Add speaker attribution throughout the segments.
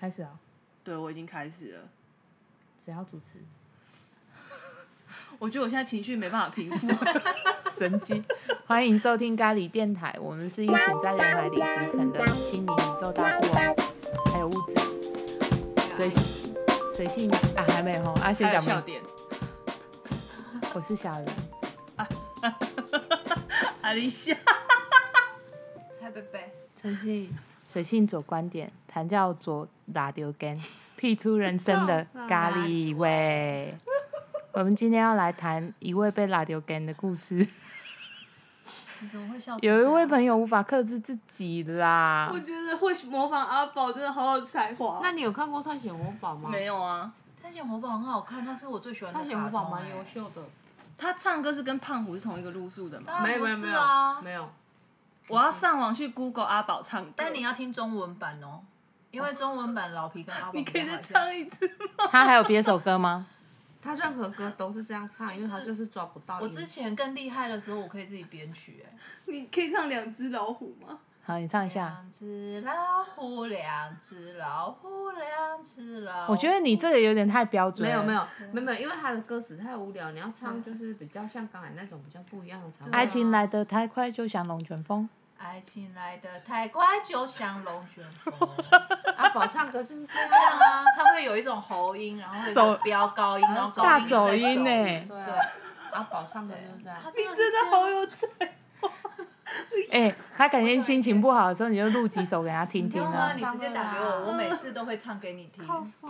Speaker 1: 开始啊，
Speaker 2: 对我已经开始了。
Speaker 1: 谁要主持？
Speaker 2: 我觉得我现在情绪没办法平 复。
Speaker 1: 神经！ 欢迎收听咖喱电台，我们是一群在人海里浮沉的心灵宇宙大富翁，还有物质随随性啊，还没吼啊，先
Speaker 2: 还有
Speaker 1: 讲
Speaker 2: 笑
Speaker 1: 吧。
Speaker 2: 点，
Speaker 1: 我是小人，
Speaker 2: 阿丽笑。
Speaker 3: 蔡贝贝，
Speaker 2: 陈信，
Speaker 1: 随性左观点，谈叫左拉丢根，辟出人生的咖喱 味。我们今天要来谈一位被拉丢根的故事。
Speaker 3: 你怎么会笑？啊
Speaker 1: 有一位朋友无法克制自己啦
Speaker 2: 我，觉得会模仿阿宝真的好有才华。哦
Speaker 4: 那你有看过《探险活宝》吗？
Speaker 2: 没，有啊？
Speaker 3: 探险活宝很好看，它是我最喜欢
Speaker 4: 《
Speaker 3: 的
Speaker 4: 探
Speaker 3: 卡通、
Speaker 4: 险活
Speaker 3: 欸。
Speaker 4: 宝》蛮优秀的。
Speaker 2: 他唱歌是跟胖虎是同一个路数的吗？
Speaker 3: 当然
Speaker 4: 有
Speaker 3: 不
Speaker 4: 没有
Speaker 3: 是
Speaker 4: 没
Speaker 3: 啊
Speaker 4: 有没有，
Speaker 2: 我要上网去 Google 阿宝唱歌。
Speaker 3: 但你要听中文版哦，因为中文版老皮跟阿宝
Speaker 2: 你可以
Speaker 3: 比
Speaker 2: 再
Speaker 3: 较好笑
Speaker 2: 唱一次吗？
Speaker 1: 他还有别首歌吗？
Speaker 4: 他任何歌都是这样唱，因为他就是抓不到音。
Speaker 3: 我之前更厉害的时候，我可以自己编曲哎、
Speaker 2: 你可以唱两只老虎吗？
Speaker 1: 好，你唱一
Speaker 2: 啊
Speaker 1: 下。
Speaker 3: 两只老虎，两只老虎，两只老虎。
Speaker 1: 我觉得你这个有点太标准
Speaker 4: 没
Speaker 1: 了。
Speaker 4: 有没有没有没有，因为他的歌词太无聊，你要唱就是比较像刚才那种比较不一样的唱法。
Speaker 1: 爱情来得太快，就像龙卷风。
Speaker 3: 爱情来得太快，就像龙卷风。
Speaker 4: 阿宝唱歌就是这
Speaker 3: 这样
Speaker 4: 样啊。
Speaker 3: 啊，它会有一种喉音，然后会有一
Speaker 1: 走
Speaker 3: 个飙高音，然后高
Speaker 1: 大
Speaker 3: 音再
Speaker 1: 走音欸呢、
Speaker 3: 哎、
Speaker 4: 对
Speaker 3: 对
Speaker 4: 啊，阿宝唱歌就是这样
Speaker 3: 它。
Speaker 2: 你
Speaker 3: 真的是
Speaker 2: 真的
Speaker 3: 这样
Speaker 2: 好有才。
Speaker 1: 哎、他感觉心情不好的时候，你就录几首给他听听
Speaker 3: 用吗？
Speaker 1: 啊
Speaker 3: 你。直接打给我，我每次都会唱给你听。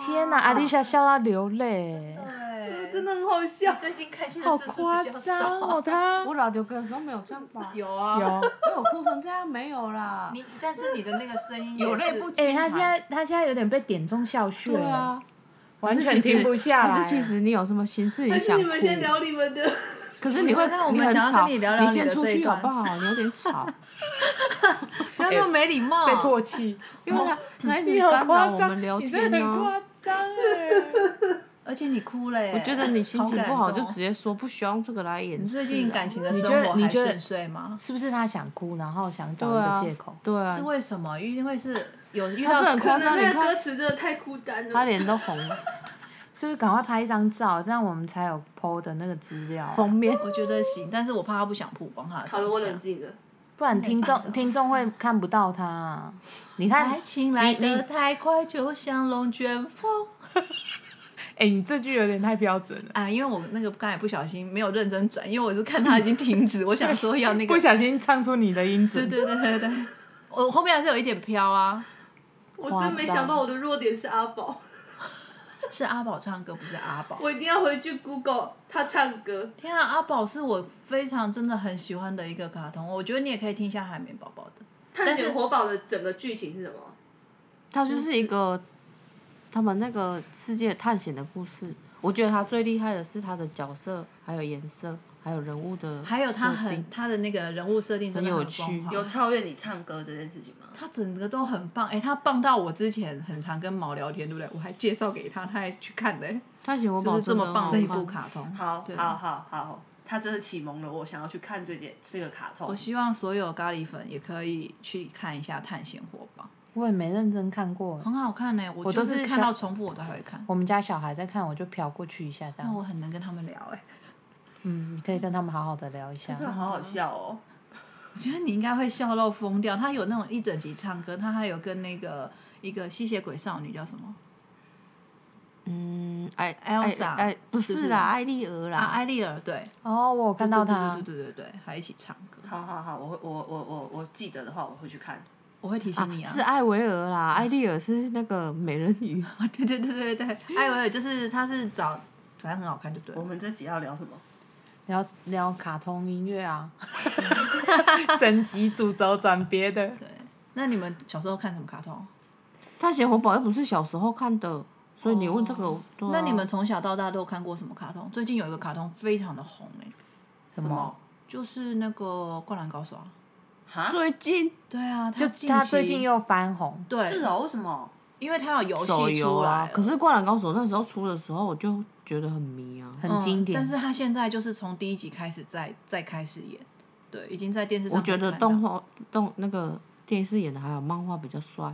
Speaker 1: 天哪、阿丽莎笑到流泪，啊
Speaker 3: 对，
Speaker 2: 哦真的很好
Speaker 3: 你
Speaker 2: 笑，
Speaker 3: 最近开心
Speaker 1: 好
Speaker 3: 的次数
Speaker 1: 夸
Speaker 3: 比较
Speaker 1: 张
Speaker 3: 少。
Speaker 1: 哦！他
Speaker 4: 我老丢歌的时候没有这样吧？
Speaker 3: 有啊，
Speaker 1: 有
Speaker 4: 哎，我哭成这样没有啦。
Speaker 3: 你，但是你的那个声音也
Speaker 4: 有泪
Speaker 3: 是
Speaker 4: 不轻
Speaker 1: 哎、他现在他现在有点被点中笑穴，
Speaker 4: 对啊，
Speaker 1: 完
Speaker 4: 可
Speaker 1: 全
Speaker 4: 是其实
Speaker 1: 停不下来。
Speaker 4: 可是其实你有什么心事
Speaker 2: 还
Speaker 4: 你
Speaker 2: 是
Speaker 4: 想哭？
Speaker 2: 你们先聊你们的。
Speaker 4: 可是你会，
Speaker 3: 那我们
Speaker 4: 你很
Speaker 3: 想要
Speaker 4: 吵
Speaker 3: 跟你聊聊你的
Speaker 4: 先出
Speaker 3: 这一
Speaker 4: 去好
Speaker 3: 段
Speaker 4: 不好？你有 点吵。
Speaker 3: 不
Speaker 4: 哎
Speaker 3: 要那么没礼貌。
Speaker 1: 被唾弃，
Speaker 4: 因为 他他一直
Speaker 1: 你好
Speaker 4: 哦干扰
Speaker 1: 夸
Speaker 4: 我
Speaker 1: 张
Speaker 4: 们聊，
Speaker 1: 你真
Speaker 4: 天哦
Speaker 1: 的
Speaker 4: 呢、
Speaker 1: 很夸张哎、
Speaker 3: 而且你哭了耶。
Speaker 4: 我觉得你心情不
Speaker 3: 好
Speaker 4: 好
Speaker 3: 感动
Speaker 4: 就直接说，不需要用这个来掩
Speaker 3: 你
Speaker 4: 饰啊。
Speaker 3: 最近感情的
Speaker 1: 你
Speaker 3: 生
Speaker 1: 觉得
Speaker 3: 活
Speaker 1: 你
Speaker 3: 还
Speaker 1: 觉得
Speaker 3: 顺遂吗？
Speaker 1: 是不是他想哭，然后想找
Speaker 4: 对
Speaker 1: 一个
Speaker 4: 啊
Speaker 1: 借口？
Speaker 4: 对啊
Speaker 3: 是，为什么？因为是有遇
Speaker 4: 他
Speaker 3: 到
Speaker 4: 真的很
Speaker 3: 死
Speaker 4: 夸
Speaker 2: 那
Speaker 4: 张，你
Speaker 2: 那个歌
Speaker 4: 看
Speaker 2: 词真的太孤单
Speaker 4: 他
Speaker 2: 了。
Speaker 4: 脸都 红了，
Speaker 1: 是不是赶快拍一张照，这样我们才有 PO 的那个资料啊、
Speaker 4: 封面。
Speaker 3: 我觉得行，但是我怕他不想曝光他的。
Speaker 2: 好了，我冷。静了。
Speaker 1: 不然听
Speaker 3: 没办
Speaker 1: 众
Speaker 3: 法
Speaker 1: 听众会看不到他啊。你看，
Speaker 3: 爱情来
Speaker 1: 你你
Speaker 3: 得太快，就像龙卷风。
Speaker 1: 哎、你这句有点太标准了，
Speaker 3: 啊，因为我那个刚才不小心没有认真转，因为我是看他已经停止，我想说要那个
Speaker 1: 不。小心唱出你的音准。
Speaker 3: 对对对对对，我后面还是有一点飘啊。
Speaker 2: 我真没想到我的弱点是阿宝，
Speaker 3: 是阿宝唱歌，不是阿宝。
Speaker 2: 我一定要回去 Google 他唱歌。
Speaker 3: 天啊，阿宝是我非常真的很喜欢的一个卡通，我觉得你也可以听一下海绵宝宝的。
Speaker 2: 探
Speaker 3: 但
Speaker 2: 险
Speaker 3: 是
Speaker 2: 活宝的整个剧情是什么？
Speaker 4: 他就是一个他们那个世界探险的故事。我觉得他最厉害的是他的角色，还有颜色，还有人物的设定，
Speaker 3: 还有他很他的那个人物设定真的
Speaker 4: 很有
Speaker 3: 光
Speaker 4: 趣
Speaker 3: 滑
Speaker 2: 有超越你唱歌这件事情吗？
Speaker 3: 他整个都很棒，哎、他棒到我之前很常跟毛聊天，对不对？我还介绍给他，他还去看的、哎
Speaker 4: 探险活
Speaker 3: 就
Speaker 4: 宝
Speaker 3: 是这么棒的
Speaker 4: 真
Speaker 3: 一
Speaker 4: 的很
Speaker 3: 部
Speaker 4: 好看。
Speaker 3: 卡通。
Speaker 2: 好，
Speaker 3: 对
Speaker 2: 好，好，好，他真的启蒙了我，想要去看这件这个卡
Speaker 3: 我
Speaker 2: 通。
Speaker 3: 希望所有咖喱粉也可以去看一下《探险活宝
Speaker 1: 我也没认真看过》，，
Speaker 3: 很好看呢、我
Speaker 1: 我都
Speaker 3: 就是是看
Speaker 1: 想
Speaker 3: 到重复我都还会看。
Speaker 1: 我们家小孩在看，我就瞟过去一下，这
Speaker 3: 那
Speaker 1: 样。
Speaker 3: 我很难跟他们聊哎、
Speaker 1: 嗯，你可以跟他们好好的聊一下
Speaker 2: 真。的好好笑哦！
Speaker 3: 我觉得你应该会笑到疯掉。他有那种一整集唱歌，他还有跟那个一个吸血鬼少女叫什么
Speaker 4: 嗯，艾
Speaker 3: Elsa
Speaker 4: 哎，不
Speaker 3: 是不
Speaker 4: 是
Speaker 3: 是
Speaker 4: 啦，艾丽儿
Speaker 3: 啊，
Speaker 4: 啦，
Speaker 3: 艾丽儿对，
Speaker 1: 哦，我有看到他
Speaker 3: 对，对对对对对，还一起唱歌。
Speaker 2: 好好好，我会我我我我记得的话，我会去看。
Speaker 3: 我会提醒你啊，
Speaker 4: 是艾维尔啦，艾丽尔是那个美人 鱼。
Speaker 3: 对对对对对，艾薇儿就是她是找，反正很好看就对
Speaker 2: 我
Speaker 3: 了。
Speaker 2: 们这集要聊什么？
Speaker 1: 聊聊卡通音乐 啊，整集主轴转别的。
Speaker 3: 那你们小时候看什么卡通？
Speaker 1: 哦
Speaker 4: 探险活宝又不是小时候看的，所以你问这个，对啊
Speaker 3: 那你们从小到大都有看过什么卡通？最近有一个卡通非常的红哎、
Speaker 1: 什么？
Speaker 3: 就是那个《灌篮高手》啊。
Speaker 2: 哈？
Speaker 4: 最近
Speaker 3: 对啊，
Speaker 1: 就
Speaker 3: 近
Speaker 1: 他
Speaker 3: 期
Speaker 1: 最近又翻红，
Speaker 3: 对，
Speaker 2: 是哦，为什么？
Speaker 3: 因为他有游
Speaker 4: 手
Speaker 3: 戏
Speaker 4: 游
Speaker 3: 出来
Speaker 4: 啊
Speaker 3: 了，
Speaker 4: 可是《灌篮高手》那时候出的时候，我就觉得很迷啊。
Speaker 1: 很经典。
Speaker 3: 嗯但是他现在就是从第一集开始再再开始演，对，已经在电视上
Speaker 4: 我
Speaker 3: 可以
Speaker 4: 觉
Speaker 3: 看到。
Speaker 4: 得动画动那个电视演的还有漫画比较帅，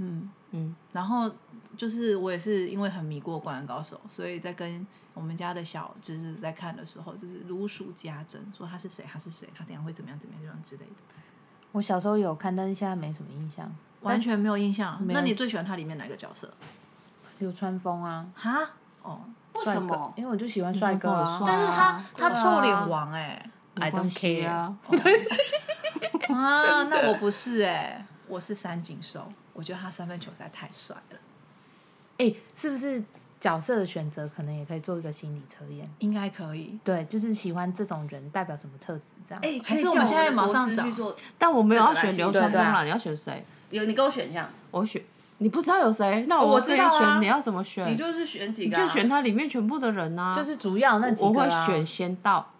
Speaker 3: 嗯
Speaker 4: 嗯，
Speaker 3: 然后就是我也是因为很迷过《灌篮高手》，所以在跟我们家的小侄子在看的时候，就是如数家珍，说他是谁，他是谁，他等一下会怎么样，怎么样，怎么样之类的，
Speaker 1: 我小时候有看，但是现在没什么印象。
Speaker 3: 完全没有印象。
Speaker 1: 没有
Speaker 3: 那你最喜欢他里面哪个角色？
Speaker 1: 流川枫啊，
Speaker 3: 哈？哦，
Speaker 2: 为
Speaker 1: 帅
Speaker 2: 什
Speaker 1: 哥
Speaker 2: 么，？
Speaker 1: 因为我就喜欢帅哥啊
Speaker 4: 流川枫很。
Speaker 3: 但
Speaker 4: 帅
Speaker 3: 是他他
Speaker 1: 对啊
Speaker 3: 臭脸王哎、
Speaker 1: I don't
Speaker 4: 没关系啊。
Speaker 3: 啊，那我不是哎、我是三井寿，我觉得他三分球实在太帅了，
Speaker 1: 哎，是不是角色的选择可能也可以做一个心理测验？
Speaker 3: 应该可以。
Speaker 1: 对，就是喜欢这种人代表什么特质这样。
Speaker 2: 哎，
Speaker 3: 还是
Speaker 2: 可以
Speaker 3: 我
Speaker 2: 叫
Speaker 3: 们现在
Speaker 2: 的
Speaker 3: 马
Speaker 2: 国
Speaker 3: 上
Speaker 2: 师
Speaker 3: 找
Speaker 2: 去做，
Speaker 4: 但我没有要
Speaker 2: 这个来
Speaker 4: 选
Speaker 2: 信
Speaker 4: 流
Speaker 1: 对
Speaker 4: 川枫
Speaker 1: 啊对
Speaker 4: 啦，
Speaker 1: 啊
Speaker 4: 你要选谁？
Speaker 2: 有你给我选项，
Speaker 4: 我选，你不知道有谁？那
Speaker 2: 我
Speaker 4: 自己
Speaker 2: 知道啊
Speaker 4: 选，你要怎么选？
Speaker 2: 你就是选几
Speaker 4: 你
Speaker 2: 个啊，
Speaker 4: 就选它里面全部的人呐。
Speaker 1: 就是主要那几
Speaker 4: 我
Speaker 1: 个、
Speaker 4: 会
Speaker 1: 啊、
Speaker 4: 选仙道，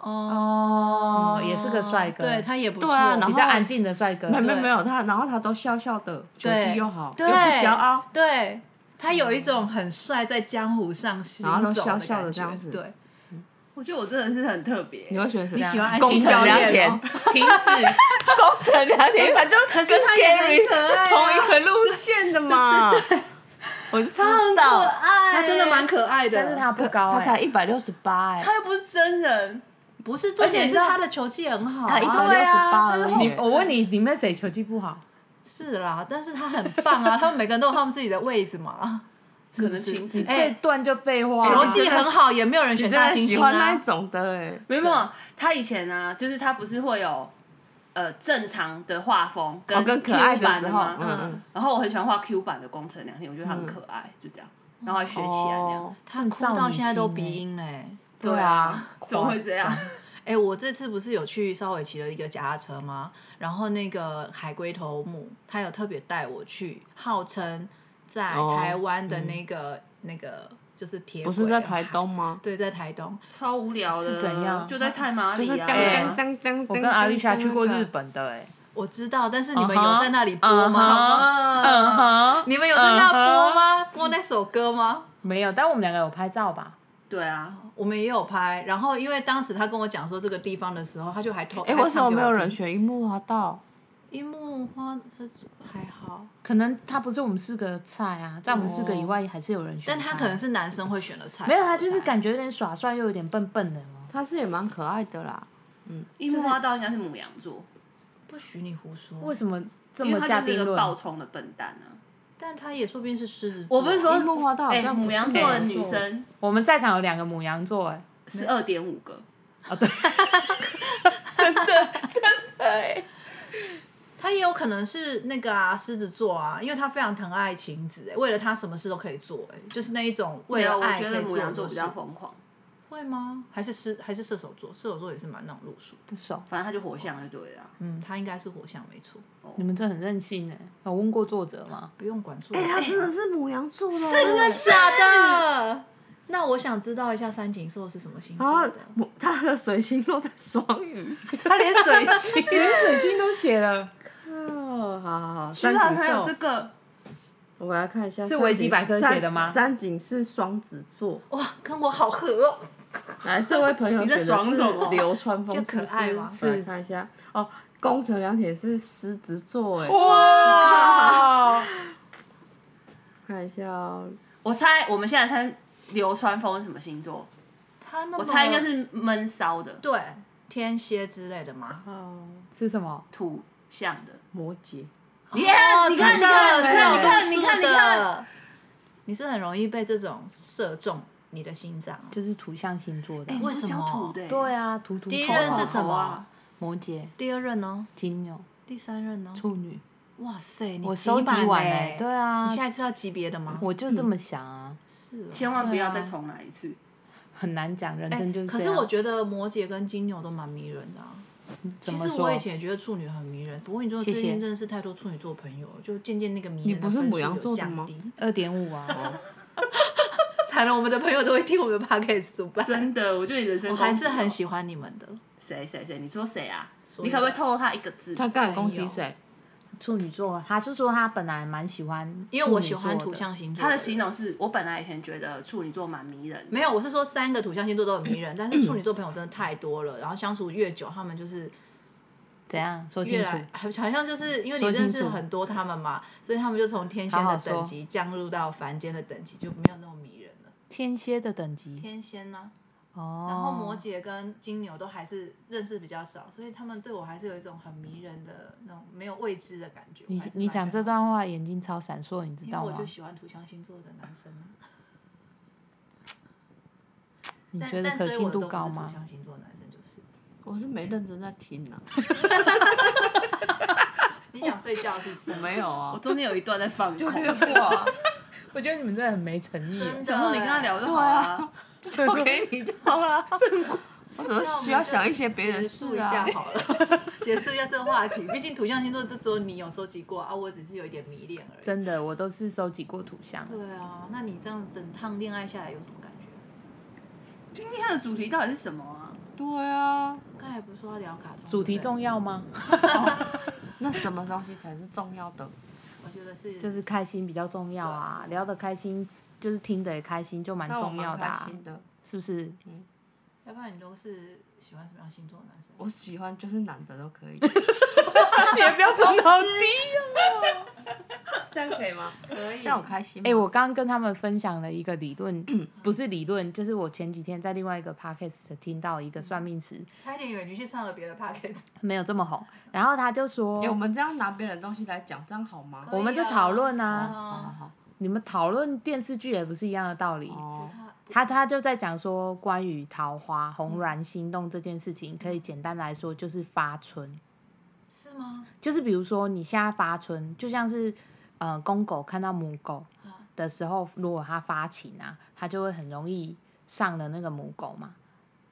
Speaker 3: 哦，
Speaker 1: 哦，也是个帅哥，
Speaker 3: 对他也不错，
Speaker 4: 对啊然后
Speaker 1: 比较安静的帅哥，
Speaker 4: 没没
Speaker 3: 对
Speaker 4: 没有他，然后他都笑笑的，球技又好，又
Speaker 3: 对
Speaker 4: 不骄傲，
Speaker 3: 对他有一种很帅在江湖上行
Speaker 4: 然后都
Speaker 3: 走
Speaker 4: 笑
Speaker 3: 感
Speaker 4: 笑的
Speaker 3: 觉
Speaker 4: 这样子
Speaker 3: 对，
Speaker 2: 我觉得我真的是很特别
Speaker 4: 你，会选谁？
Speaker 3: 你喜欢安
Speaker 4: 宫
Speaker 3: 心教
Speaker 4: 城良
Speaker 3: 练
Speaker 4: 田，，
Speaker 3: 哦
Speaker 4: 停止，宫城良田，反正可是
Speaker 3: 他也很可爱啊
Speaker 4: 个路线的嘛。我是
Speaker 2: 他
Speaker 4: 知
Speaker 2: 很可
Speaker 4: 道，
Speaker 2: 爱，
Speaker 3: 他真的蛮可爱的，
Speaker 1: 但是他不高、
Speaker 4: 他
Speaker 1: 欸，
Speaker 4: 才一百六十八哎，
Speaker 2: 他又不是真人，
Speaker 3: 不是重点
Speaker 2: 你
Speaker 3: 是
Speaker 2: 知道
Speaker 3: 他的球技很好啊，
Speaker 4: 他一百
Speaker 3: 对
Speaker 4: 六十
Speaker 3: 啊
Speaker 4: 八
Speaker 2: 他
Speaker 4: 而
Speaker 2: 是
Speaker 4: 已
Speaker 1: 你
Speaker 4: 欸。
Speaker 1: 我问你，你们谁球技不好？
Speaker 3: 是啦，但是他很棒 啊，他们每个人都有他们自己的位置嘛，
Speaker 2: 可能情子
Speaker 3: 哎
Speaker 1: 这段就废话，
Speaker 3: 球
Speaker 2: 你
Speaker 3: 技很好，也没有人
Speaker 4: 你
Speaker 3: 选
Speaker 4: 真
Speaker 3: 大
Speaker 4: 的
Speaker 3: 猩
Speaker 4: 喜
Speaker 3: 猩
Speaker 4: 欢那一
Speaker 3: 啊，
Speaker 4: 种的哎，
Speaker 2: 没有没有，他以前啊，就是他不是会有呃正常的画风
Speaker 4: 哦
Speaker 2: 跟
Speaker 4: 跟
Speaker 2: Q
Speaker 4: 可爱的
Speaker 2: 版
Speaker 4: 时
Speaker 2: 的
Speaker 4: 候，
Speaker 2: 吗？
Speaker 4: 嗯嗯，
Speaker 2: 然后我很喜欢画 Q 版的工程良田，我觉得他很可爱，就这样，然后还学起来这样
Speaker 4: 哦。，
Speaker 3: 他哭到现在都鼻音嘞。
Speaker 2: 对啊，怎么会这样？
Speaker 3: 哎、我这次不是有去稍微骑了一个脚踏车吗？然后那个海龟头目，他有特别带我去，号称在
Speaker 4: 哦
Speaker 3: 台湾的那个、那个就是铁
Speaker 4: 不
Speaker 3: 轨，啊
Speaker 4: 是在台，东吗？
Speaker 3: 对，在台东。
Speaker 2: 超无聊的，
Speaker 1: 是怎样
Speaker 2: 就在太麻
Speaker 4: 就
Speaker 2: 里
Speaker 4: 是
Speaker 2: 啊，
Speaker 4: 当
Speaker 1: 哎
Speaker 4: 当当当。哎
Speaker 1: 我跟阿丽莎去过日
Speaker 4: 本。
Speaker 1: 本的、欸，
Speaker 3: 我知道，但是你们
Speaker 1: 嗯
Speaker 4: 啊
Speaker 1: 哼
Speaker 3: 有在那里播吗
Speaker 1: 哎，
Speaker 2: 啊，
Speaker 1: 嗯哼，
Speaker 3: 你们有在
Speaker 4: 啊
Speaker 3: 那播吗播那首歌吗？
Speaker 1: 没有，但我们两个有拍照吧？
Speaker 2: 对啊，
Speaker 3: 我们也有拍，然后因为当时他跟我讲说这个地方的时候，他就还偷。
Speaker 4: 哎、
Speaker 3: 还
Speaker 4: 为什么
Speaker 3: 唱给
Speaker 4: 没
Speaker 3: 我
Speaker 4: 有人
Speaker 3: 听？
Speaker 4: 选樱木花道？
Speaker 3: 樱木花这还好，
Speaker 1: 可能他不是我们四个菜啊，在我们四个以外还是有人选，
Speaker 3: 但他可能是男生会选的菜。
Speaker 1: 没有，他就是
Speaker 3: 感。
Speaker 1: 感觉有点耍帅又有点笨笨的哦。
Speaker 4: 他是也蛮可爱的啦。
Speaker 2: 樱木花道应该是母羊座，
Speaker 3: 不许你胡说。
Speaker 1: 为什么这
Speaker 2: 因
Speaker 1: 么
Speaker 2: 为
Speaker 1: 下
Speaker 2: 他就是
Speaker 1: 定
Speaker 2: 一个
Speaker 1: 论？
Speaker 2: 爆冲的笨蛋啊。
Speaker 3: 但他也说不定是狮子座。
Speaker 2: 我不是说
Speaker 4: 樱木花道好
Speaker 2: 哎，
Speaker 4: 像
Speaker 2: 母羊座的女生
Speaker 1: 我们在场有两个母羊座、欸，
Speaker 2: 是二点五个，
Speaker 3: 他也有可能是那个啊狮子座啊，因为他非常疼爱晴子、哎为了他什么事都可以做、哎，就是那一种为
Speaker 2: 没有，
Speaker 3: 了
Speaker 2: 我
Speaker 3: 爱
Speaker 2: 觉
Speaker 3: 可
Speaker 2: 得
Speaker 3: 以
Speaker 2: 母
Speaker 3: 做
Speaker 2: 羊
Speaker 3: 很
Speaker 2: 座
Speaker 3: 多
Speaker 2: 比
Speaker 3: 事
Speaker 2: 较。疯狂，
Speaker 3: 会吗？还是狮还是射手座？射手座也是蛮那种路数。
Speaker 1: 不熟。
Speaker 2: 反正他就火象就对了啊。
Speaker 3: 嗯，他应该是火象没错，
Speaker 2: 哦
Speaker 1: 你们这很任性哎、有问过作者吗？
Speaker 3: 不用管座。
Speaker 1: 哎
Speaker 4: 的是母羊座的，啊
Speaker 3: 假的。那我想知道一下三井寿是什么星
Speaker 4: 然
Speaker 3: 座
Speaker 4: 后
Speaker 1: 哦
Speaker 3: 的？
Speaker 4: 母他的水星落在双鱼。
Speaker 1: 他连水星，连水星都写了，
Speaker 4: 哦，好好好，
Speaker 2: 居
Speaker 4: 三
Speaker 2: 然
Speaker 4: 井
Speaker 2: 啊还有
Speaker 4: 寿，
Speaker 2: 这个，
Speaker 4: 我来看一下，
Speaker 1: 是维基百科
Speaker 4: 三
Speaker 1: 写的吗
Speaker 4: 三井是双子座，
Speaker 3: 哇，啊跟我好合哦。
Speaker 4: 来，这位朋友
Speaker 2: 你在
Speaker 4: 选的
Speaker 2: 爽
Speaker 4: 是
Speaker 2: 什么
Speaker 4: 流川枫，
Speaker 3: 就是
Speaker 4: 不是
Speaker 3: 可爱嘛
Speaker 4: 我来看一下，哦，宫城良田是狮子座，哎，
Speaker 2: 哦
Speaker 1: 哇！
Speaker 4: 看一下哦，
Speaker 2: 我猜我们现在猜流川枫是什么星座？
Speaker 3: 他那
Speaker 2: 我
Speaker 3: 我
Speaker 2: 猜应该是闷骚的、
Speaker 3: 对天蝎之类的吗？
Speaker 4: 哦，
Speaker 1: 是什么？
Speaker 2: 土象的。
Speaker 4: 摩羯，
Speaker 2: 你
Speaker 3: 哦
Speaker 2: 看，你看，你看，你看，你看，你看，你看，
Speaker 3: 看，你是很容易被这种射中你的心脏哦。
Speaker 1: 就是土象星座的。
Speaker 2: 哎
Speaker 3: 为
Speaker 2: 你是
Speaker 3: 什么
Speaker 2: 教土的欸？
Speaker 1: 对啊，土土
Speaker 3: 第一
Speaker 1: 头
Speaker 3: 任
Speaker 1: 头
Speaker 3: 是什
Speaker 1: 头
Speaker 3: 么
Speaker 2: 啊？
Speaker 1: 摩羯、
Speaker 3: 第二任呢？
Speaker 1: 金牛、
Speaker 3: 第三任呢？
Speaker 1: 处女，
Speaker 3: 哇塞，你欸
Speaker 1: 我收集
Speaker 3: 集
Speaker 1: 完
Speaker 3: 满
Speaker 1: 哎、
Speaker 3: 嘞
Speaker 1: 对啊
Speaker 3: 你，下一次要嗯级别的吗？
Speaker 1: 我就这么想啊，
Speaker 3: 是哦
Speaker 2: 千万不要再重来一次。
Speaker 1: 很难讲，人
Speaker 3: 哎
Speaker 1: 生就是这
Speaker 3: 可
Speaker 1: 样。
Speaker 3: 是我觉得摩羯跟金牛都蛮迷人的啊。
Speaker 1: 怎
Speaker 3: 其
Speaker 1: 么
Speaker 3: 实
Speaker 1: 说
Speaker 3: 我以？前也觉得处女很迷人，不过你说
Speaker 1: 谢
Speaker 3: 最
Speaker 1: 谢
Speaker 3: 近认识太多处女座朋友，就渐渐那个迷人的
Speaker 4: 你不是
Speaker 3: 分数
Speaker 4: 母羊
Speaker 3: 有
Speaker 4: 座的
Speaker 3: 降
Speaker 4: 吗
Speaker 3: 低。
Speaker 1: 二点五 啊，
Speaker 3: 惨了，我们的朋友都会听我们的 podcast 怎么办？
Speaker 2: 真的，我觉得你人生
Speaker 3: 我
Speaker 2: 恭喜哦
Speaker 3: 还是很喜欢你们的。
Speaker 2: 谁谁谁？你说谁啊？
Speaker 3: 所以
Speaker 2: 你可不可以透露他一个字？
Speaker 4: 他刚才攻击谁？
Speaker 1: 处女座，他是说他本来蛮喜欢，
Speaker 3: 因为我喜欢土
Speaker 1: 土
Speaker 3: 象星座，
Speaker 2: 他的形容是我本来以前觉得处女座蛮迷人的，
Speaker 3: 没有，我是说三个 土象星座都很迷人，但是处女座朋友真的太多了，然后相处越久，他们就是
Speaker 1: 怎样说清
Speaker 3: 越
Speaker 1: 楚？
Speaker 3: 来好啊好像就是因为你
Speaker 1: 说清
Speaker 3: 认识
Speaker 1: 楚
Speaker 3: 很多他们嘛，所以他们就从天仙
Speaker 1: 好好
Speaker 3: 的
Speaker 1: 说
Speaker 3: 等级降入到凡间的等级，就没有那么迷人了。
Speaker 1: 天蝎的等级
Speaker 3: 天仙呢、
Speaker 1: 哦，
Speaker 3: 然后摩羯跟金牛都还是认识比较少，所以他们对我还是有一种很迷人的那种没有未知的感觉。我
Speaker 1: 你
Speaker 3: 还是
Speaker 1: 你
Speaker 3: 蛮
Speaker 1: 讲
Speaker 3: 喜
Speaker 1: 这
Speaker 3: 欢，
Speaker 1: 段话眼睛超闪烁，你知
Speaker 3: 因为
Speaker 1: 道
Speaker 3: 我
Speaker 1: 吗
Speaker 3: 就？喜欢土象星座的男生啊。
Speaker 1: 你
Speaker 3: 但
Speaker 1: 觉得
Speaker 3: 但
Speaker 1: 可
Speaker 3: 追
Speaker 1: 信
Speaker 3: 我的
Speaker 1: 度
Speaker 3: 都不
Speaker 1: 高
Speaker 3: 是
Speaker 1: 吗
Speaker 3: 土？象星座的男生就是，
Speaker 4: 我是没认真在听啊，
Speaker 3: 你想睡觉是不是
Speaker 4: 我？没有啊
Speaker 2: 我，中间有一段在 放空，
Speaker 3: 过，
Speaker 1: 我觉得你们真的很没诚意
Speaker 3: 真
Speaker 2: 想说
Speaker 3: 的。
Speaker 2: 你跟他，聊就好啊。
Speaker 4: 就给你就好了。我只是需要想一些别人的
Speaker 3: 结束
Speaker 4: 事
Speaker 3: 一
Speaker 4: 啊
Speaker 3: 下。好了， 结束一下这个话题。毕竟土象星座这只有你有收集过啊，我只是有一点迷恋而已。
Speaker 1: 真的，我都是收集过图像。
Speaker 3: 对啊，那你这样整趟恋爱下来有什么感觉？
Speaker 2: 今天的主题到底是什么啊？
Speaker 4: 对啊，
Speaker 3: 刚才不是说要聊卡通？
Speaker 1: 主题
Speaker 3: 对不对
Speaker 1: 重要吗？
Speaker 4: 那什么东西才是重要的？
Speaker 3: 我觉得是，
Speaker 1: 就是开心比较重要啊，聊得开心，就是听得也开心，就蛮
Speaker 4: 那我
Speaker 1: 重要
Speaker 4: 蛮
Speaker 1: 的、
Speaker 4: 开
Speaker 1: 啊，
Speaker 4: 心的。
Speaker 1: 是不是？
Speaker 3: 要不然你都是喜欢什么样星座的男生？
Speaker 4: 我喜欢就是男的都可以，
Speaker 1: 也不要从头
Speaker 4: 这样可以吗？
Speaker 3: 可以
Speaker 4: 这样我开心吗。
Speaker 1: 哎、我刚刚跟他们分享了一个理论，不是理论，就是我前几天在另外一个 podcast 听到一个算命师，
Speaker 3: 差一点以为你去上了别的 p o c a s t
Speaker 1: 没有这么红，然后他就说，
Speaker 4: 哎、我们这样拿别人的东西来讲，这样好吗？
Speaker 1: 我们就讨论啊，
Speaker 4: 好好好，
Speaker 1: 你们讨论电视剧也不是一样的道理。
Speaker 4: 哦，
Speaker 1: 他他就在讲说，关于桃花
Speaker 2: 嗯
Speaker 1: 红鸾心动这件事情，可以简单来说就是发春，
Speaker 3: 是吗？
Speaker 1: 就是比如说你现在发春，就像是呃公狗看到母狗
Speaker 2: 啊
Speaker 1: 的时候，如果它发情啊，它就会很容易上了那个母狗嘛。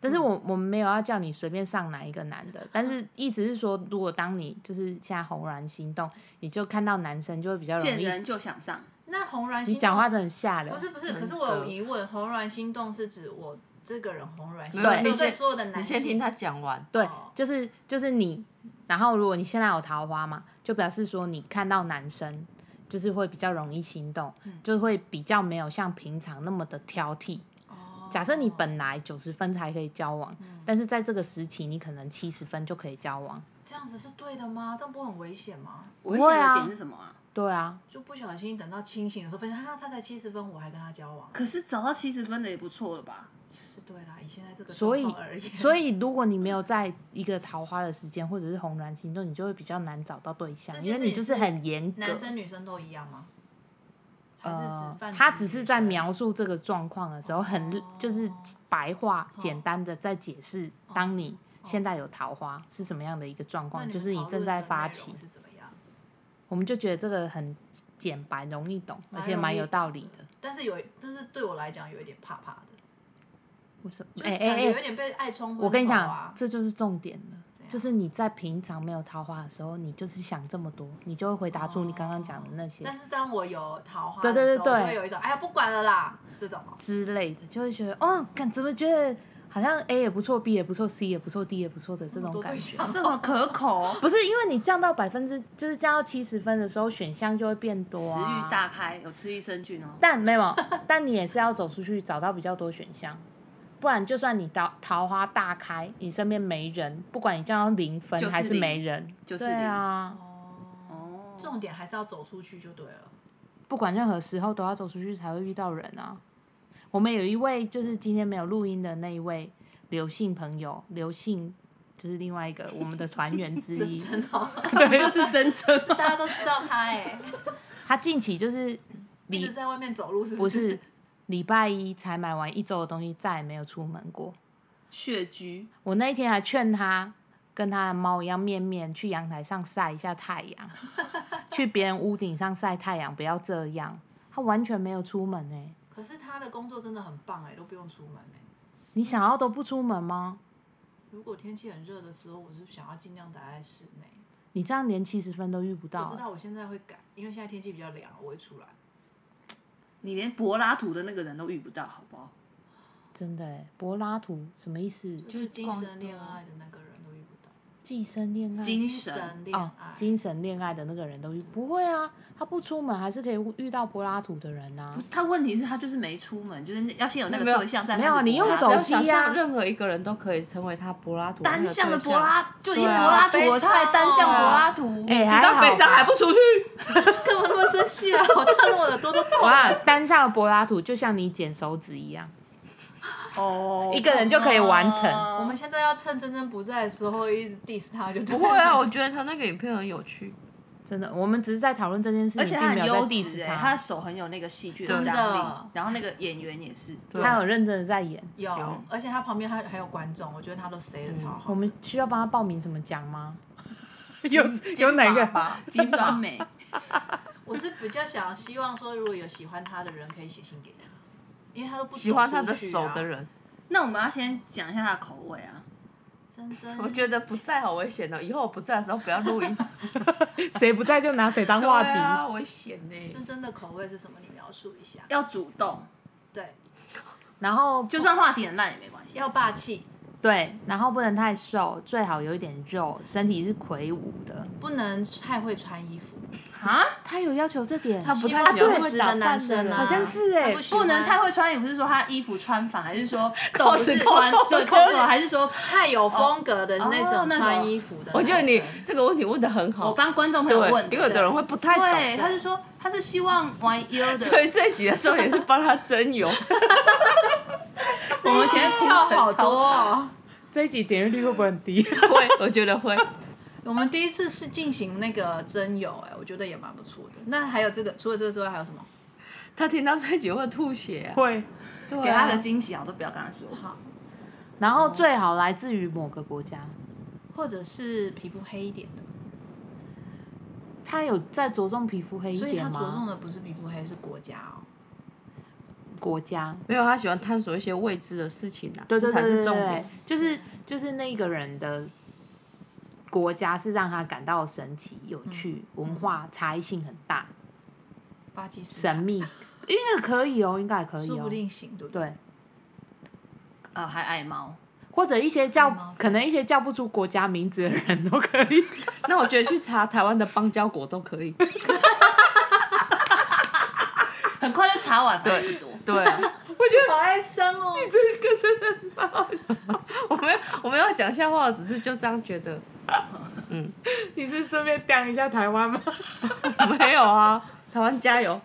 Speaker 1: 但是
Speaker 2: 嗯
Speaker 1: 我我们没有要叫你随便上哪一个男的，但
Speaker 2: 啊
Speaker 1: 是意思是说，如果当你就是现在红鸾心动，你就看到男生就会比较容
Speaker 2: 见
Speaker 1: 易。
Speaker 2: 人哦就想上，
Speaker 3: 那红鸾
Speaker 1: 你
Speaker 3: 心
Speaker 1: 讲
Speaker 3: 动
Speaker 1: 话真的很下流
Speaker 3: 不，是不是，
Speaker 4: 真
Speaker 3: 可是我有
Speaker 4: 的
Speaker 3: 疑问，红鸾心动是指我这个人红鸾心
Speaker 4: 没
Speaker 3: 动，
Speaker 4: 有
Speaker 3: 是
Speaker 4: 你
Speaker 3: 我对
Speaker 4: 先
Speaker 3: 所有的
Speaker 4: 你
Speaker 3: 男
Speaker 4: 先听
Speaker 3: 性。
Speaker 4: 他讲完。
Speaker 1: 对
Speaker 3: 哦，
Speaker 1: 就是就是你。然后如果你现在有桃花嘛，就表示说你看到男生就是会比较容易心动，
Speaker 3: 嗯
Speaker 1: 就会比较没有像平常那么的挑剔。
Speaker 3: 哦
Speaker 1: 假设你本来九十分才可以交往，但是在这个时期你可能七十分就可以交往。
Speaker 3: 这样子是对的吗？这样不会很危险吗？
Speaker 2: 危
Speaker 1: 会
Speaker 2: 险的
Speaker 1: 啊
Speaker 2: 点是什么啊？
Speaker 1: 对啊，
Speaker 3: 就不小心等到清醒的时候，发现哈他才七十分，我还跟他交往，
Speaker 2: 可是找到七十分的也不错了吧？
Speaker 3: 是对啦。以现在这个
Speaker 1: 所以
Speaker 3: 状况而言，
Speaker 1: 所以如果你没有在一个桃花的时间或者是红鸾心动，你就会比较难找到对象
Speaker 3: 这，
Speaker 1: 因
Speaker 3: 件
Speaker 1: 为
Speaker 3: 事
Speaker 1: 你
Speaker 3: 也
Speaker 1: 就是
Speaker 3: 是
Speaker 1: 很严格。
Speaker 3: 男生女生都一样吗？还是
Speaker 1: 呃
Speaker 3: 只泛，指
Speaker 1: 他只是在
Speaker 3: 女生
Speaker 1: 描述这个状况的时候，很
Speaker 3: 哦
Speaker 1: 就是白话、简单的在解释，当你现在有桃花是什么样的一个状
Speaker 3: 哦那
Speaker 1: 况，
Speaker 3: 你
Speaker 1: 就
Speaker 3: 们
Speaker 1: 是你
Speaker 3: 讨
Speaker 1: 正
Speaker 3: 论
Speaker 1: 在
Speaker 3: 的
Speaker 1: 发
Speaker 3: 内容
Speaker 1: 起，
Speaker 3: 是怎么样？
Speaker 1: 我们就觉得这个很简白、容易懂，而
Speaker 3: 蛮
Speaker 1: 且
Speaker 3: 容
Speaker 1: 蛮
Speaker 3: 易
Speaker 1: 有道
Speaker 3: 懂
Speaker 1: 理
Speaker 3: 的
Speaker 1: 的。
Speaker 3: 但是有，但是对我来讲有一点怕怕的，
Speaker 1: 为什么？
Speaker 3: 就是
Speaker 1: 哎
Speaker 3: 感觉
Speaker 1: 哎
Speaker 3: 有
Speaker 1: 哎，
Speaker 3: 点被爱冲昏头啊。
Speaker 1: 我跟你讲，这就是重点了。
Speaker 3: 怎样
Speaker 1: 就是你在平常没有桃花的时候，你就是想这么多，你就会回答出你刚刚讲的那些
Speaker 3: 但是当我有桃花
Speaker 1: 对
Speaker 3: 的
Speaker 1: 对对
Speaker 3: 时候，我
Speaker 1: 对
Speaker 3: 就会有一种哎呀不管了啦这种哦。
Speaker 1: 之类的，就会觉得哦，感怎么觉得好像 A 也不错，B 也不错，C 也不错，D 也不错的这种感觉。
Speaker 2: 这么可口，
Speaker 1: 不是因为你降到百分之，就是降到七十分的时候，选项就会变多、
Speaker 2: 食
Speaker 1: 啊，
Speaker 2: 欲大开，有吃益生菌哦。
Speaker 1: 但没有，但你也是要走出去找到比较多选项，不然就算你桃桃花大开，你身边没人，不管你降到零分
Speaker 2: 就是
Speaker 1: 还是
Speaker 2: 零
Speaker 1: 没人，
Speaker 2: 就是
Speaker 1: 对
Speaker 2: 零
Speaker 1: 啊，
Speaker 2: 哦，
Speaker 3: 重点还是要走出去就对了。
Speaker 1: 不管任何时候都要走出去才会遇到人啊。我们有一位就是今天没有录音的那一位刘姓朋友，刘姓就是另外一个我们的团员 之一，
Speaker 3: 真的哦，
Speaker 2: 对，就是真正
Speaker 3: 大家都知道他 哎，
Speaker 1: 他近期就是
Speaker 3: 一
Speaker 1: 礼
Speaker 3: 直在外面走路是
Speaker 1: 不
Speaker 3: 是？
Speaker 1: 是礼拜一才买完一周的东西，再也没有出门过。
Speaker 2: 血居，
Speaker 1: 我那一天还劝他跟他的猫一样面面去阳台上晒一下太阳，去别人屋顶上晒太阳，不要这样。他完全没有出门欸呢、
Speaker 3: 可是他的工作真的很棒哎，都不用出门哎。
Speaker 1: 你想要都不出门吗？
Speaker 3: 如果天气很热的时候，我是想要尽量待在室内。
Speaker 1: 你这样连七十分都遇不到、欸
Speaker 3: 我知道我现在会改，因为现在天气比较凉，我会出来。
Speaker 2: 你连柏拉图的那个人都遇不到，好不好？
Speaker 1: 真的哎、柏拉图什么意思？
Speaker 3: 就是精
Speaker 4: 逛
Speaker 3: 神恋
Speaker 4: 的
Speaker 1: 嗯
Speaker 3: 爱的那个人都遇不到，
Speaker 1: 寄生恋爱
Speaker 2: 精
Speaker 3: 神
Speaker 2: 神
Speaker 3: 恋
Speaker 1: 哦
Speaker 3: 爱，，
Speaker 1: 精神恋爱的那个人都不会啊，他不出门还是可以遇到柏拉图的人啊。
Speaker 2: 他问题是，他就是没出门，就是要先有那个
Speaker 4: 没有
Speaker 2: 对象在他的国家。
Speaker 1: 没有你用
Speaker 4: 他
Speaker 1: 手
Speaker 4: 只要
Speaker 1: 机
Speaker 4: 想
Speaker 1: 啊
Speaker 4: 象任何一个人都可以成为他柏拉图的那个
Speaker 2: 单向的
Speaker 4: 对
Speaker 2: 柏拉，就已经
Speaker 4: 对啊
Speaker 2: 柏拉图
Speaker 4: 好悲
Speaker 2: 了，
Speaker 4: 伤
Speaker 2: 他还单向
Speaker 4: 哦
Speaker 2: 柏拉图。
Speaker 1: 哎、还
Speaker 4: 到
Speaker 1: 好
Speaker 4: 北上啊还不出去，
Speaker 3: 干嘛那么生气啊？我当时我耳朵都痛。
Speaker 1: 哇，单向的柏拉图就像你剪手指一样，
Speaker 2: 哦
Speaker 1: 一个人就可以完成
Speaker 3: 我们现在要趁珍珍不在的时候一直 diss 他，就不
Speaker 4: 不会啊，我觉得他那个影片很有趣。
Speaker 1: 真的，我们只是在讨论这件事
Speaker 2: 而且
Speaker 1: 情，
Speaker 2: 他
Speaker 1: 并没
Speaker 2: 很
Speaker 1: 有在
Speaker 2: 优
Speaker 1: diss
Speaker 2: 质哎，他的手很有那个戏剧
Speaker 3: 真
Speaker 2: 张
Speaker 3: 的
Speaker 2: 力，然后那个演员也是，
Speaker 4: 对
Speaker 1: 他有认真的在演。
Speaker 3: 有
Speaker 4: 有，
Speaker 3: 而且他旁边还还有观众，我觉得他都塞的超好。
Speaker 1: 嗯我们需要帮他报名什么奖吗？有
Speaker 2: 有哪个 金酸梅，
Speaker 3: 我是比较想希望说，如果有喜欢他的人，可以写信给他，因为他都不
Speaker 4: 喜欢他的
Speaker 3: 出去
Speaker 4: 手
Speaker 3: 啊
Speaker 4: 的。人，
Speaker 2: 那我们要先讲一下他的口味啊，
Speaker 3: 珍珍，
Speaker 4: 我觉得不在好危险哦。以后我不在的时候不要录 音。
Speaker 1: 谁不在就拿谁当话题。
Speaker 4: 对啊，危险呢。
Speaker 3: 珍珍的口味是什么？你描述一下。
Speaker 2: 要主动，
Speaker 3: 对，
Speaker 1: 然后
Speaker 2: 就算话题很烂也没关系。啊
Speaker 3: 要霸气，
Speaker 1: 对，然后不能太瘦，最好有一点肉，身体是魁梧的。
Speaker 3: 不能太会穿衣服，
Speaker 2: 啊，
Speaker 1: 他有要求这点，
Speaker 4: 他不
Speaker 3: 喜
Speaker 4: 太
Speaker 3: 欢
Speaker 4: 喜欢
Speaker 3: 对
Speaker 4: 会
Speaker 3: 质
Speaker 4: 打
Speaker 3: 的
Speaker 4: 扮
Speaker 3: 男
Speaker 4: 的
Speaker 3: 生啊，
Speaker 4: 人
Speaker 1: 好像是哎、
Speaker 3: 喜欢
Speaker 2: 不能太会穿，也不是说他衣服穿反，还是 说斗
Speaker 4: 扣子
Speaker 2: 是
Speaker 4: 扣
Speaker 2: 穿
Speaker 4: 错
Speaker 2: 对
Speaker 4: 扣
Speaker 2: 扣
Speaker 4: 子
Speaker 2: 错，还是说
Speaker 3: 太有风格的那
Speaker 2: 哦
Speaker 3: 种
Speaker 2: 那种
Speaker 3: 穿衣服的男生。
Speaker 4: 哦我觉得你这个问题问的很好。
Speaker 2: 我帮观众朋
Speaker 4: 对
Speaker 2: 友问，
Speaker 4: 因为有的人会不太
Speaker 2: 对，
Speaker 4: 懂。
Speaker 2: 他是说他是希望玩优
Speaker 4: 所
Speaker 2: 的，
Speaker 4: 以这一集的时候也是帮他增 油。
Speaker 2: 我们前面
Speaker 3: 跳好多、哦。
Speaker 1: 这一集点阅率会不会很低？
Speaker 4: 会，我觉得会。
Speaker 3: 我们第一次是进行那个真友，哎，我觉得也蛮不错的。那还有这个，除了这个之外还有什么？
Speaker 4: 他听到这一 集会吐血啊。
Speaker 1: 会。
Speaker 4: 对啊
Speaker 2: 给他个惊喜啊，我都不要跟他说。
Speaker 3: 好，
Speaker 1: 然后最好来自于某个国家，
Speaker 3: 或者是皮肤黑一点的，
Speaker 1: 他有在着重皮肤黑一
Speaker 3: 所以他
Speaker 1: 点
Speaker 3: 着重
Speaker 1: 吗？
Speaker 3: 的不是皮肤黑，是国家哦。
Speaker 1: 国家，
Speaker 4: 没有，他喜欢探索一些未知的事情啊，
Speaker 1: 对对
Speaker 4: 这才
Speaker 1: 对对
Speaker 4: 是重
Speaker 1: 对
Speaker 4: 点。，
Speaker 1: 就是就是那个人的国家是让他感到神奇、有趣，文化差异性很大，
Speaker 3: 巴基斯
Speaker 1: 神
Speaker 3: 坦，
Speaker 1: 秘，因为可以哦，应该可以
Speaker 3: 说
Speaker 1: 哦
Speaker 3: 不，定行，对不对？
Speaker 1: 对，
Speaker 2: 呃，还爱猫，
Speaker 1: 或者一些
Speaker 3: 爱猫
Speaker 1: 叫可能一些叫不出国家名字的人都可以。
Speaker 4: 那我觉得去查台湾的邦交国都可以。
Speaker 2: 很快就查完，对，多。
Speaker 4: 对啊，
Speaker 3: 好爱生哦，
Speaker 4: 我没有，我没有讲笑话，我只是就这样觉得。
Speaker 1: 你是顺便讲一下台湾吗？
Speaker 4: 没有啊，台湾加油！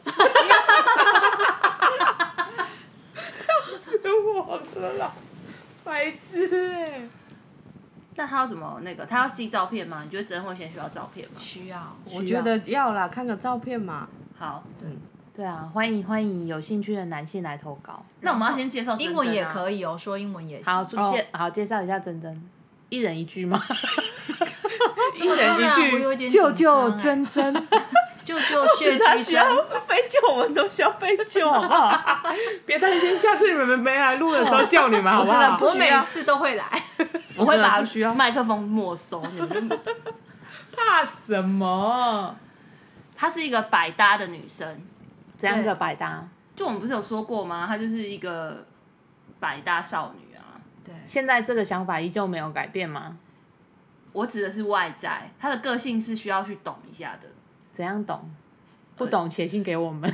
Speaker 1: 是我的啦，白痴哎、
Speaker 2: 那他要怎么那个？他要寄照片吗？你觉得真会先需要照片吗？
Speaker 3: 需要。
Speaker 4: 我觉得要啦，看个照片嘛。
Speaker 2: 好，
Speaker 1: 对啊，欢迎欢迎有兴趣的男性来投稿。
Speaker 2: 那我们要先介绍啊
Speaker 3: 英文也
Speaker 2: 以。
Speaker 3: 可以哦，说英文也行。
Speaker 1: 好，说介、好介绍一下珍珍，一人一句 吗？
Speaker 3: 一人我有点紧张
Speaker 1: 救
Speaker 3: 哎
Speaker 1: 救， 珍珍，
Speaker 3: 救救
Speaker 4: 是
Speaker 3: 血
Speaker 4: 他
Speaker 3: 居
Speaker 4: 需要
Speaker 3: 珍，
Speaker 4: 被救，我们都需要被救，好不 好？
Speaker 1: 别担心，下次你们没来录的时候叫你们好
Speaker 4: 不好
Speaker 3: 我
Speaker 4: 需
Speaker 3: 每
Speaker 4: 要
Speaker 3: 次都会来。
Speaker 2: 我会把
Speaker 4: 啊不需要
Speaker 2: 麦克风没收。你们 就
Speaker 1: 怕什么？
Speaker 2: 她是一个百搭的女生，
Speaker 1: 怎样个百搭？
Speaker 2: 就我们不是有说过吗？她就是一个百搭少女啊。
Speaker 3: 对，
Speaker 1: 现在这个想法依旧没有改变吗？
Speaker 2: 我指的是外在，她的个性是需要去懂一下的。
Speaker 1: 怎样懂？不懂写信给我们，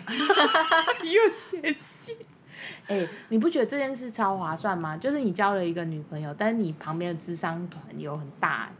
Speaker 1: 又写信。 哎、你不觉得这件事超划算吗？就是你交了一个女朋友，但是你旁边的智商团有很大、哎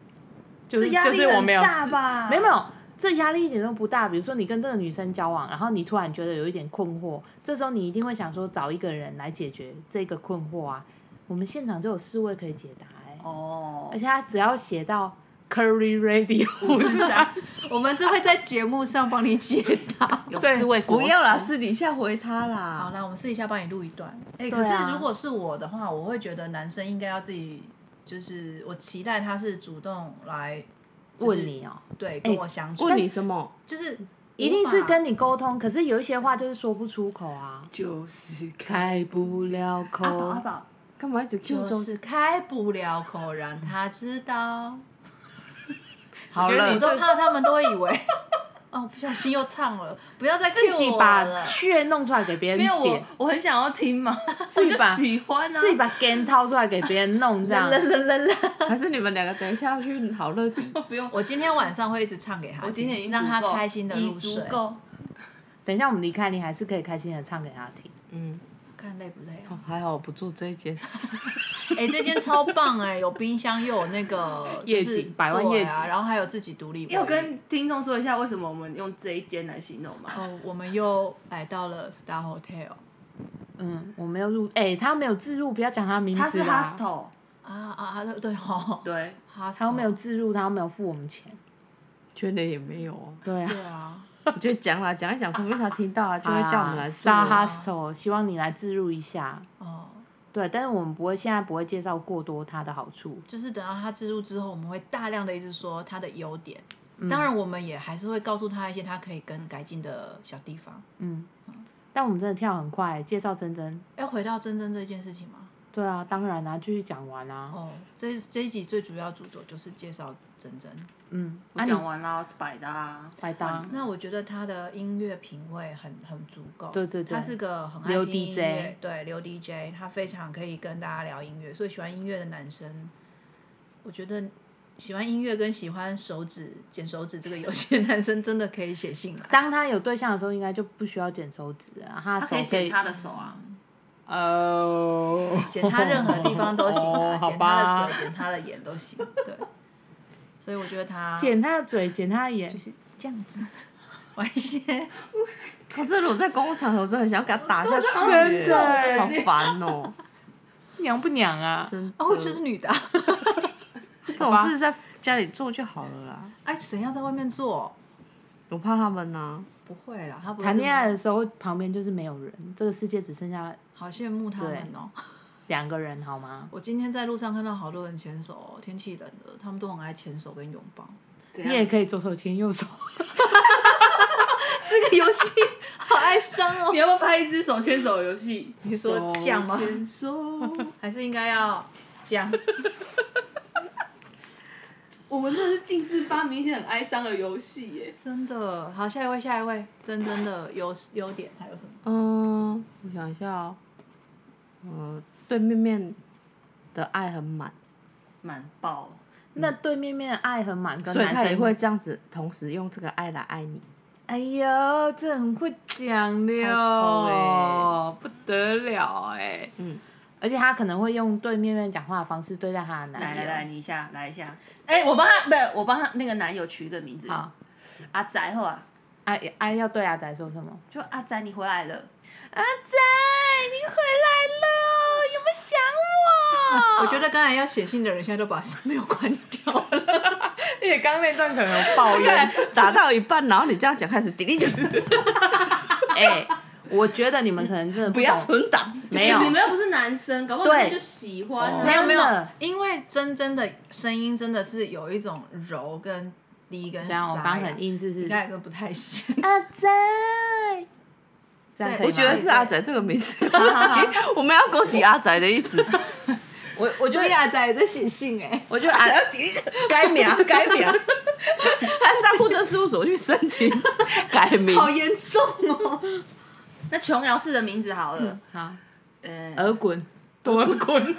Speaker 1: 就是
Speaker 4: 这压力
Speaker 1: 就是我没有
Speaker 4: 很大
Speaker 1: 事
Speaker 4: 吧
Speaker 1: 哎没有没有，这压力一点都不大。比如说你跟这个女生交往，然后你突然觉得有一点困惑，这时候你一定会想说找一个人来解决这个困惑啊。我们现场就有四位可以解答、哎、
Speaker 2: 哦
Speaker 1: 而，且他只要写到 Curry Radio 五十三，
Speaker 3: 我们就会在节目上帮你解答。
Speaker 2: 有
Speaker 1: 对
Speaker 2: 四位国
Speaker 4: 不要啦，
Speaker 2: 师
Speaker 4: 私底下回他
Speaker 3: 好
Speaker 4: 啦。
Speaker 3: 啦，我们私底下帮你录一段。哎、
Speaker 1: 对
Speaker 3: 可
Speaker 1: 啊
Speaker 3: 是如果是我的话，我会觉得男生应该要自己，就是我期待他是主动来、就是
Speaker 1: 问，你哦、
Speaker 3: 对，跟我相处，
Speaker 4: 问你什么？
Speaker 3: 就是
Speaker 1: 一定是
Speaker 3: 无
Speaker 1: 跟你沟通，可是有一些话就是说不出口啊，
Speaker 4: 就是
Speaker 1: 开不了口。
Speaker 2: 阿宝阿宝，
Speaker 4: 干嘛一直 Q
Speaker 3: 法就
Speaker 4: 中？
Speaker 3: 是开不了口，让他知道。
Speaker 4: 好
Speaker 1: 我觉得
Speaker 3: 我
Speaker 4: 了
Speaker 1: 你，
Speaker 3: 都怕他们都会以为哦，不小心又唱了，不要再 cue
Speaker 1: 自己
Speaker 3: 我
Speaker 1: 把
Speaker 3: 了
Speaker 1: 穴弄出来给别人
Speaker 2: 没有我
Speaker 1: 点，，
Speaker 2: 我很想要听嘛，
Speaker 1: 自己
Speaker 2: 我
Speaker 1: 把
Speaker 2: 就喜欢啊，
Speaker 1: 自己把根掏出来给别人弄，这
Speaker 3: 啦
Speaker 1: 样
Speaker 3: 啦啦啦啦。
Speaker 4: 还是你们两个等一下去好乐迪？
Speaker 2: 不用。
Speaker 3: 我今天晚上会一直唱给他听，
Speaker 2: 我今天已经
Speaker 3: 让他
Speaker 2: 足够
Speaker 3: 开心的
Speaker 2: 已
Speaker 3: 入
Speaker 2: 足
Speaker 3: 睡。
Speaker 2: 够。
Speaker 1: 等一下我们离开，你还是可以开心的唱给他听。
Speaker 4: 嗯，
Speaker 3: 看累不 累啊？
Speaker 4: 还好我不住这一间，
Speaker 3: 哎、这间超棒哎、有冰箱又有那 个
Speaker 1: 夜
Speaker 3: 就是
Speaker 1: 景百万夜
Speaker 3: 对啊
Speaker 1: 景
Speaker 3: 然后还有自己独立卫浴。
Speaker 2: 要跟听众说一下为什么我们用这一间来形容嘛？
Speaker 3: 哦，我们又来到了 Star Hotel
Speaker 1: 嗯，我没有入，哎、他没有置入，不要讲他名字
Speaker 2: 它是
Speaker 1: 啦
Speaker 2: hostel，
Speaker 3: 啊啊，对对哦，
Speaker 2: 对，
Speaker 3: 哈，
Speaker 1: 他又没有置入，他又没有付我们钱。
Speaker 4: 觉得也没有哦。
Speaker 1: 对啊
Speaker 3: 对，啊，
Speaker 4: 我就讲啦，讲一讲，说不定他听到啊， 就会叫我们来住
Speaker 1: 沙
Speaker 4: 啊。
Speaker 3: 哈
Speaker 1: hostel，希望你来置入一下。
Speaker 3: 哦，
Speaker 1: 对，但是我们不会现在不会介绍过多它的好处。
Speaker 3: 就是等到他置入之后，我们会大量的一直说他的优点。
Speaker 1: 嗯
Speaker 3: 当然，我们也还是会告诉他一些他可以跟改进的小地方。
Speaker 1: 嗯，但我们真的跳很快、介绍真真。
Speaker 3: 要回到真真这件事情吗？
Speaker 1: 对啊，当然啊，继续讲完啊。
Speaker 3: 哦，这这一集最主要主轴就是介绍真真。
Speaker 1: 嗯，
Speaker 2: 我
Speaker 1: 啊你
Speaker 2: 讲完啦，百搭啊，
Speaker 1: 白搭，
Speaker 3: 那我觉得他的音乐品味很很足够，
Speaker 1: 对对对
Speaker 3: 他是个很爱
Speaker 1: 留
Speaker 3: 听音乐
Speaker 1: DJ，
Speaker 3: 对，留 DJ，他非常可以跟大家聊音乐，所以喜欢音乐的男生，我觉得喜欢音乐跟喜欢手指剪手指这个游戏的男生真的可以写信来，
Speaker 1: 当他有对象的时候，应该就不需要剪手指啊，他
Speaker 2: 他
Speaker 1: 手
Speaker 2: 可以
Speaker 1: 可
Speaker 2: 剪
Speaker 1: 以
Speaker 2: 他的手啊，
Speaker 1: 哦，
Speaker 3: 剪他任何地方都行啊
Speaker 1: 哦，好
Speaker 3: 剪他
Speaker 1: 吧
Speaker 3: 的嘴，剪他的眼都行，对，所以我觉得 他
Speaker 1: 剪他的嘴，剪他的眼
Speaker 3: 就，是这样子玩一些。
Speaker 4: 可是我在公共场合，我真的很想给他打下去，
Speaker 1: 真的
Speaker 4: 好烦哦。
Speaker 1: 娘不娘啊？
Speaker 4: 真的，
Speaker 3: 哦，这是女的啊，
Speaker 4: 这种事在家里做就好了啦。
Speaker 3: 哎， 谁要在外面做？
Speaker 4: 我怕他们呢、
Speaker 3: 不会啦，他不会
Speaker 1: 谈恋
Speaker 3: 这么
Speaker 1: 爱的时候，旁边就是没有人，这个世界只剩下
Speaker 3: 好羡慕他们哦！
Speaker 1: 两个人，好吗？
Speaker 3: 我今天在路上看到好多人牵手、哦，天气冷了，他们都很爱牵手跟拥抱。
Speaker 2: 怎
Speaker 1: 你
Speaker 2: 样
Speaker 1: 也可以左手牵右手，
Speaker 3: 这个游戏好哀伤哦！
Speaker 2: 你要不要拍一只手牵手的游戏？
Speaker 3: 你说
Speaker 1: 手
Speaker 3: 讲吗？
Speaker 2: 牵手，
Speaker 3: 还是应该要讲？
Speaker 2: 我们这是禁止发明一些很哀伤的游戏耶。
Speaker 3: 真的好，下一位，下一位，真真的优优点还有什么？
Speaker 4: 嗯，我想一下哦。呃，对面面的爱很满，
Speaker 2: 蛮爆，
Speaker 1: 那对面面爱很满，跟
Speaker 4: 所以
Speaker 1: 男
Speaker 4: 他也
Speaker 1: 生
Speaker 4: 会这样子，同时用这个爱来爱 你。
Speaker 1: 哎呦，这很会讲的
Speaker 4: 好
Speaker 1: 哦，不得了哎、
Speaker 4: 嗯，
Speaker 1: 而且他可能会用对面面讲话的方式对待他的男
Speaker 2: 来
Speaker 1: 友。
Speaker 2: 来来，你一下，来一下。哎，我帮他，不是我帮他那个男友取一个名字，
Speaker 1: 好，
Speaker 2: 阿宅后啊，
Speaker 1: 哎、哎、要对阿仔说什么？
Speaker 2: 就阿宅你回来了，
Speaker 1: 阿仔，你回来了，有没有想我？
Speaker 3: 我觉得刚才要写信的人现在都把没有关掉了。
Speaker 1: 而且刚刚那段可能有抱 怨。
Speaker 4: 打到一半，然后你这样讲，开始滴滴滴，
Speaker 1: 哎、我觉得你们可能真的
Speaker 4: 不
Speaker 1: 不
Speaker 4: 要
Speaker 1: 懂
Speaker 4: 存档。
Speaker 1: 没有
Speaker 2: 你们又不是男生，搞不好
Speaker 1: 对
Speaker 2: 他就喜欢
Speaker 1: 哦
Speaker 2: 啊。
Speaker 3: 没有没有
Speaker 1: 真的，
Speaker 3: 因为真真的声音真的是有一种柔跟低跟
Speaker 1: 这样，我
Speaker 3: 沙
Speaker 1: 刚刚
Speaker 3: 哑
Speaker 1: 很，硬，是不
Speaker 3: 应
Speaker 1: 是？
Speaker 3: 该也都不太 行。
Speaker 1: 阿仔，这样可以吗
Speaker 3: 对
Speaker 4: 我觉得是阿仔这个名字， 我们要勾起阿仔的意 思。
Speaker 1: 我我觉
Speaker 3: 对
Speaker 1: 得
Speaker 3: 呀，仔在写信哎。
Speaker 1: 我觉得阿该名该名，
Speaker 4: 他上户政事务所去申请 改名，
Speaker 3: 严重哦！
Speaker 2: 那琼瑶式的名字好了，
Speaker 1: 好，
Speaker 2: 嗯，
Speaker 1: 耳滚，多滚。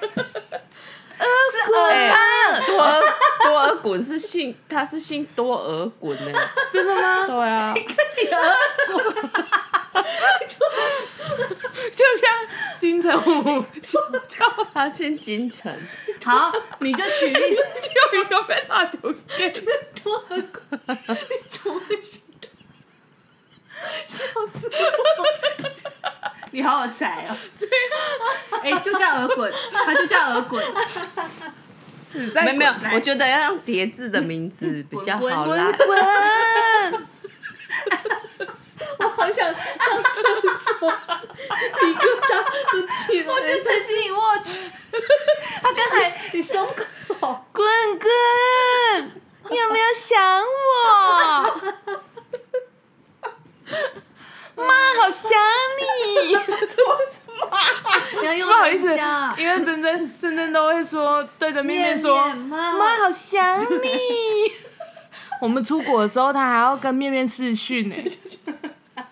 Speaker 4: 哎多尔多尔衮是姓，他是姓多尔衮 呢。
Speaker 1: 真的吗？
Speaker 4: 对啊，
Speaker 1: 就像金城武
Speaker 4: 他姓金城，
Speaker 2: 好，你就取一个
Speaker 1: 又一个被他丢给，
Speaker 2: 你好有才哦！哎、就叫鹅滚，他就叫鹅滚，
Speaker 1: 死在
Speaker 4: 没有没有
Speaker 1: 滚，
Speaker 4: 我觉得要用叠字的名字比较好 啦。
Speaker 2: 滚！
Speaker 3: 好想上厕所，你就打不起来。
Speaker 2: 我就曾经一握拳，
Speaker 3: 你松个手，
Speaker 4: 滚滚，你有没有想我？妈，好想你！
Speaker 3: 你要用
Speaker 1: 不好意思
Speaker 3: 啊人家，
Speaker 1: 因为珍珍珍珍都会说对着面面说，
Speaker 3: 面面妈
Speaker 1: 妈好想你， 我们出国的时候，他还要跟面面试训呢、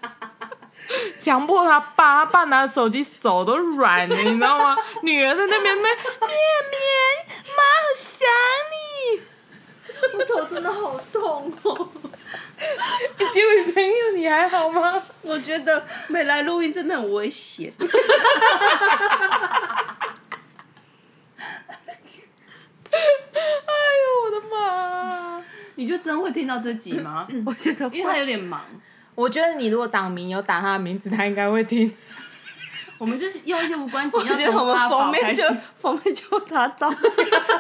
Speaker 1: 强迫他爸，他爸拿手机手都软了，你知道吗？女儿在那边面面面，妈好想你。
Speaker 5: 我头真的好痛哦。
Speaker 1: 结果朋友，你还好吗？
Speaker 4: 我觉得没来录音真的很危 险。
Speaker 1: 哎呦，我的妈！
Speaker 2: 你就真会听到这集吗？
Speaker 4: 嗯
Speaker 3: 我觉得
Speaker 2: 因为他有点忙，
Speaker 1: 我觉得你如果党名有打他的名字，他应该会听。
Speaker 2: 我们就是用一些无关
Speaker 4: 我
Speaker 2: 紧要
Speaker 4: 觉得我
Speaker 2: 从
Speaker 4: 们
Speaker 2: 八
Speaker 4: 封
Speaker 2: 宝
Speaker 4: 面
Speaker 2: 开
Speaker 4: 就
Speaker 2: 始。
Speaker 4: 封面就他照，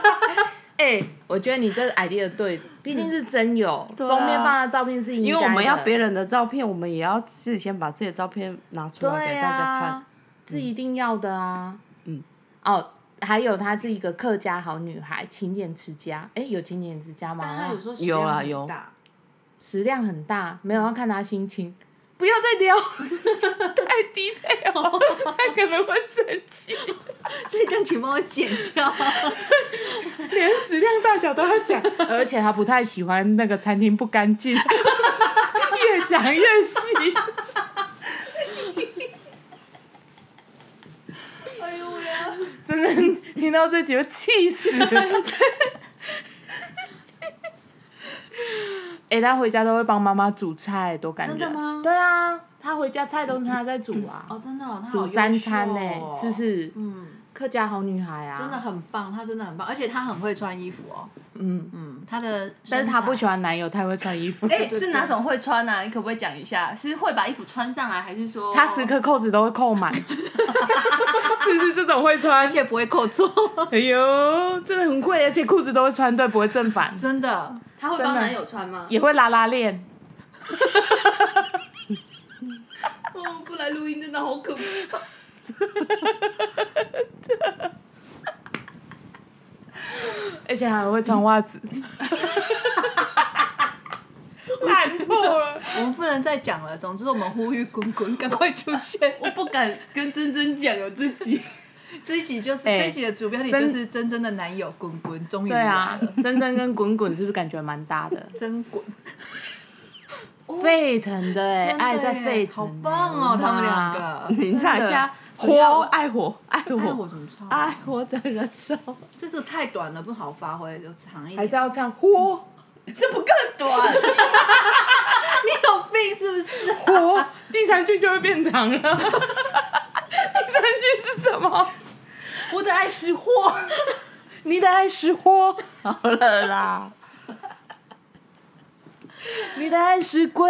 Speaker 1: 哎、我觉得你这个 idea 对的，毕竟是真有、
Speaker 4: 对啊
Speaker 1: 封面放的照片是应该
Speaker 4: 因
Speaker 1: 的
Speaker 4: 为我们要别人的照片，我们也要自己先把自己的照片拿出来
Speaker 1: 对
Speaker 4: 给大家看
Speaker 1: 啊。，这一定要的啊。嗯，哦，还有她是一个客家好女孩，勤俭持家。哎、有勤俭持家
Speaker 3: 但他
Speaker 1: 吗
Speaker 3: 啊有？时候
Speaker 4: 有
Speaker 3: 时
Speaker 4: 啦
Speaker 3: 间
Speaker 4: 有
Speaker 3: 很大
Speaker 1: 食量很大，没有要看她心情。不要再 聊， 太 detail，了她可能会生气。
Speaker 5: 这段全帮我剪掉。
Speaker 1: 连食量大小都要 讲，而且他不太喜欢那个餐厅不干 净，越讲越细。哎呦呀！真的听到这集就气 死了。哎、他回家都会帮妈妈煮菜，多感人！
Speaker 3: 真的吗
Speaker 1: 对啊，他回家菜都是他在煮啊，
Speaker 3: 哦，真的哦，他好
Speaker 1: 煮三餐呢、
Speaker 3: 优秀哦
Speaker 1: 是不？是？
Speaker 3: 嗯，
Speaker 1: 客家好女孩啊，
Speaker 3: 真的很棒，他真的很棒，而且他很会穿衣服哦。
Speaker 1: 嗯。
Speaker 3: 嗯，他的，
Speaker 1: 但是她不喜
Speaker 3: 欢。
Speaker 1: 欢男友太会穿衣服，
Speaker 2: 哎、是哪种会穿啊？你可不可以讲一下？是会把衣服穿上来，还是说
Speaker 1: 她十颗扣子都会扣满， 是不是这种会穿？
Speaker 5: 也不会扣错。
Speaker 1: 哎呦，真的很会，而且裤子都会穿对，不会正反，
Speaker 3: 真的，
Speaker 2: 他会帮男友穿吗？
Speaker 1: 也会拉拉链。
Speaker 2: 哦，不来录音真的好可怕。
Speaker 1: 而且还会穿袜 子。烂透了！
Speaker 3: 我们不能再讲了。总之，我们呼吁滚滚赶快出现。
Speaker 2: 我不敢跟珍珍讲我自 己，
Speaker 3: 这一集就是、
Speaker 1: 哎
Speaker 3: 这一集的主标题
Speaker 1: 真
Speaker 3: 就是真正的男友滚滚终 于
Speaker 1: 对
Speaker 3: 来了，
Speaker 1: 啊，真真跟滚滚是不是感觉蛮搭的？
Speaker 3: 真滚，
Speaker 1: 沸腾的哎、
Speaker 3: 真的
Speaker 1: 爱在沸腾、哎欸
Speaker 3: 好棒哦，他们两
Speaker 1: 哇。
Speaker 3: 个。
Speaker 4: 你唱一下，
Speaker 1: 真的
Speaker 4: 火
Speaker 1: 火
Speaker 4: 爱火爱
Speaker 3: 爱
Speaker 4: 火
Speaker 3: 我怎么唱？啊
Speaker 4: 爱火的人生，
Speaker 3: 这个太短了，不好发挥，就长一
Speaker 1: 还
Speaker 3: 点
Speaker 1: 是。要唱火
Speaker 4: 这不更 短？
Speaker 5: 你有病是不是？
Speaker 1: 火， 第三句就会变长了。 第三句是什么？
Speaker 4: 我的爱是火。
Speaker 1: 你的爱是火，
Speaker 4: 好了啦，
Speaker 1: 你的爱是滚，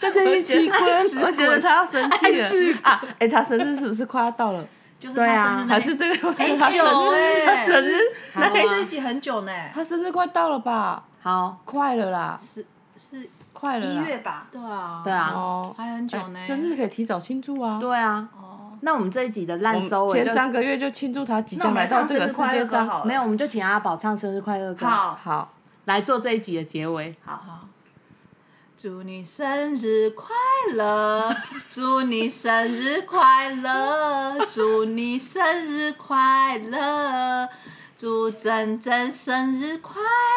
Speaker 1: 大家一起滚。
Speaker 4: 我觉得他要生气
Speaker 1: 爱是
Speaker 4: 了啊！哎，他生日是不是快要到了？
Speaker 3: 就是
Speaker 1: 对啊
Speaker 3: 他生日那
Speaker 4: 还
Speaker 3: 天
Speaker 4: 是这个是他生
Speaker 3: 久
Speaker 4: 日？
Speaker 3: 欸
Speaker 4: 他生日那
Speaker 3: 哎、
Speaker 4: 天
Speaker 3: 这一集很久呢，
Speaker 4: 他生日快到了吧？
Speaker 1: 好，
Speaker 4: 快了啦，
Speaker 3: 是是，
Speaker 4: 快了啦。
Speaker 2: 吧？
Speaker 3: 对啊，
Speaker 1: 对啊
Speaker 4: 哦，
Speaker 3: 还很久呢
Speaker 4: 哎生日可以提早庆祝啊。
Speaker 1: 对啊，
Speaker 3: 哦，
Speaker 1: 那我们这一集的
Speaker 4: 我
Speaker 1: 烂
Speaker 4: 们
Speaker 1: 收尾
Speaker 4: 前
Speaker 1: 就
Speaker 4: 三个月就庆祝他即
Speaker 2: 那我
Speaker 4: 将
Speaker 2: 们
Speaker 4: 来
Speaker 2: 来
Speaker 4: 到
Speaker 2: 唱
Speaker 4: 这个
Speaker 2: 生日
Speaker 4: 世
Speaker 2: 快
Speaker 4: 界
Speaker 2: 乐歌
Speaker 4: 上。
Speaker 2: 好了。
Speaker 1: 没有，我们就请阿宝唱生日快乐歌，
Speaker 2: 好，
Speaker 4: 好，
Speaker 1: 来做这一集的结尾。
Speaker 3: 好，祝你生日快乐，祝你生日快乐，祝你生日快乐，祝珍珍生日快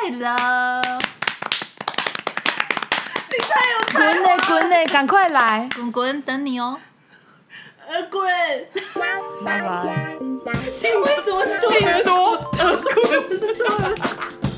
Speaker 3: 乐，
Speaker 1: 滚嘞滚嘞，赶快来！
Speaker 3: 滚滚等你哦。
Speaker 2: 呃，滚！
Speaker 4: 拜拜。
Speaker 1: 信多而滚，